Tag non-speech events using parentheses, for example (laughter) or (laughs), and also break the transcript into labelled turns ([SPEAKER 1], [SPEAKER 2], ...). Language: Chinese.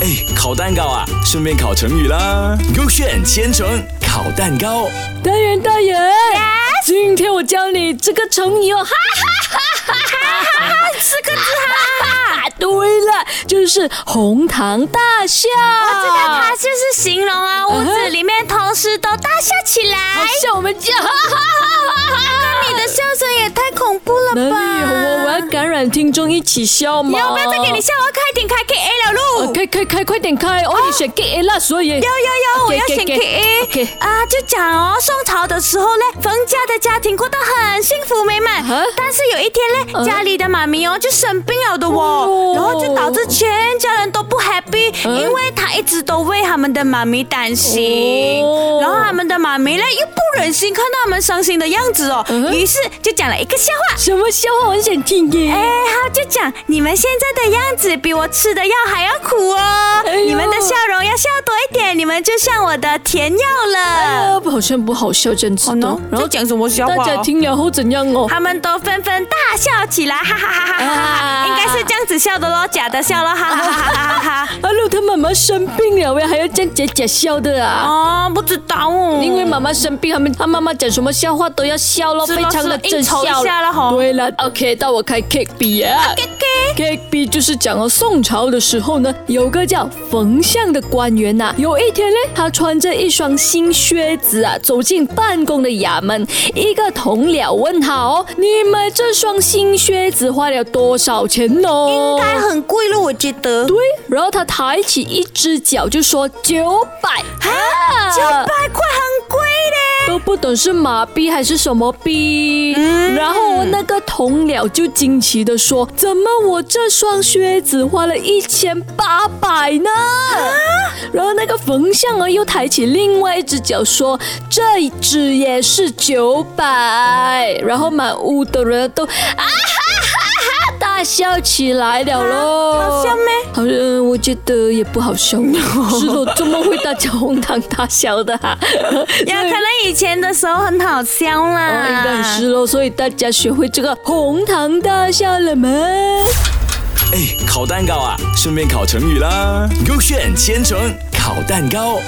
[SPEAKER 1] 哎，烤蛋糕啊，顺便烤成语啦。勾选千层烤蛋糕，
[SPEAKER 2] 单元大人今天我教你这个成语哦，哈哈哈哈哈哈，四个字哈。对了，就是哄堂大笑。我
[SPEAKER 3] 哦这个它就是形容啊，屋子里面同时都大笑起来。
[SPEAKER 2] 笑我们家，哈哈哈哈哈。
[SPEAKER 3] 你的笑声也太恐怖了
[SPEAKER 2] 哪里
[SPEAKER 3] 吧！
[SPEAKER 2] 有我？我要感染听众一起笑吗？
[SPEAKER 3] 要不要再给你笑？我要快点开 K A 了
[SPEAKER 2] 呃？
[SPEAKER 3] 路。
[SPEAKER 2] 开开开，快点开！哦，你选 K A 啦，所以
[SPEAKER 3] 有有
[SPEAKER 2] 哦
[SPEAKER 3] 有，我要选 K
[SPEAKER 2] OK，
[SPEAKER 3] A 啊！就讲哦，宋朝的时候呢，冯家的家庭过得很幸福美满
[SPEAKER 2] 啊。
[SPEAKER 3] 但是有一天
[SPEAKER 2] 啊
[SPEAKER 3] 呢，家里的妈咪哦就生病了的
[SPEAKER 2] 哦
[SPEAKER 3] 哦，然后就导致全家人都不 happy，
[SPEAKER 2] 啊
[SPEAKER 3] 因为他一直都为他们的妈咪担心
[SPEAKER 2] 哦。
[SPEAKER 3] 然后他们的妈咪呢又不忍心看到他们伤心的样子哦
[SPEAKER 2] 嗯，
[SPEAKER 3] 于是就讲了一个笑话。
[SPEAKER 2] 什么笑话？我很想听耶！
[SPEAKER 3] 哎，好，就讲你们现在的样子比我吃的药还要苦哦。
[SPEAKER 2] 哎呦
[SPEAKER 3] 你们的笑容要笑多一点，你们就像我的甜药了。
[SPEAKER 2] 呃，好像不好笑，真知
[SPEAKER 3] 哦
[SPEAKER 2] 道。然后
[SPEAKER 3] 讲什么笑
[SPEAKER 2] 哦大家听了后怎样哦？
[SPEAKER 3] 他们都纷纷大笑起来，哈哈哈哈哈
[SPEAKER 2] 啊
[SPEAKER 3] 哈！应该是这样子笑的咯，假的笑咯，哈哈哈哈
[SPEAKER 2] (laughs)
[SPEAKER 3] 哈哈。
[SPEAKER 2] 阿露啊他妈妈生病了喂，还要这样假假笑的啊？
[SPEAKER 3] 哦，不知道哦，
[SPEAKER 2] 因为妈妈生病，他们他妈妈讲什么笑话都要笑咯，
[SPEAKER 3] 是
[SPEAKER 2] 非
[SPEAKER 3] 咯
[SPEAKER 2] 常的
[SPEAKER 3] 是咯
[SPEAKER 2] 正
[SPEAKER 3] 应酬一
[SPEAKER 2] 笑
[SPEAKER 3] 下了吼
[SPEAKER 2] 对了，OK，到我开 Cake B 啊。
[SPEAKER 3] 给给
[SPEAKER 2] Cake B 就是讲哦，宋朝的时候呢，有个叫冯相的官员呐、有一天呢，他穿着一双新靴子啊，走进办公的衙门，一个同僚问他哦，你买这双新靴子花了多少钱呢？
[SPEAKER 3] 应该很贵了，我觉得。
[SPEAKER 2] 对，然后他抬起一只脚就说九百，啊，
[SPEAKER 3] 九百块很贵嘞，
[SPEAKER 2] 都不懂是马币还是什么币。
[SPEAKER 3] 嗯
[SPEAKER 2] 然后那个同僚就惊奇的说：“怎么我这双靴子花了一千八百呢？”
[SPEAKER 3] 啊
[SPEAKER 2] 然后那个冯相儿又抬起另外一只脚说：“这一只也是九百。”然后满屋的人都啊哈哈哈大笑起来了喽。
[SPEAKER 3] 好笑咩？
[SPEAKER 2] 好像、呃我觉得也不好笑，是咯，怎么会大家哄堂大笑的、啊？
[SPEAKER 3] 呀，可能以前的时候很好笑
[SPEAKER 2] 哦，
[SPEAKER 3] 啦。
[SPEAKER 2] 应该是喽，所以大家学会这个哄堂大笑了吗？
[SPEAKER 1] 哎，烤蛋糕啊，顺便烤成语啦。勾选千层烤蛋糕。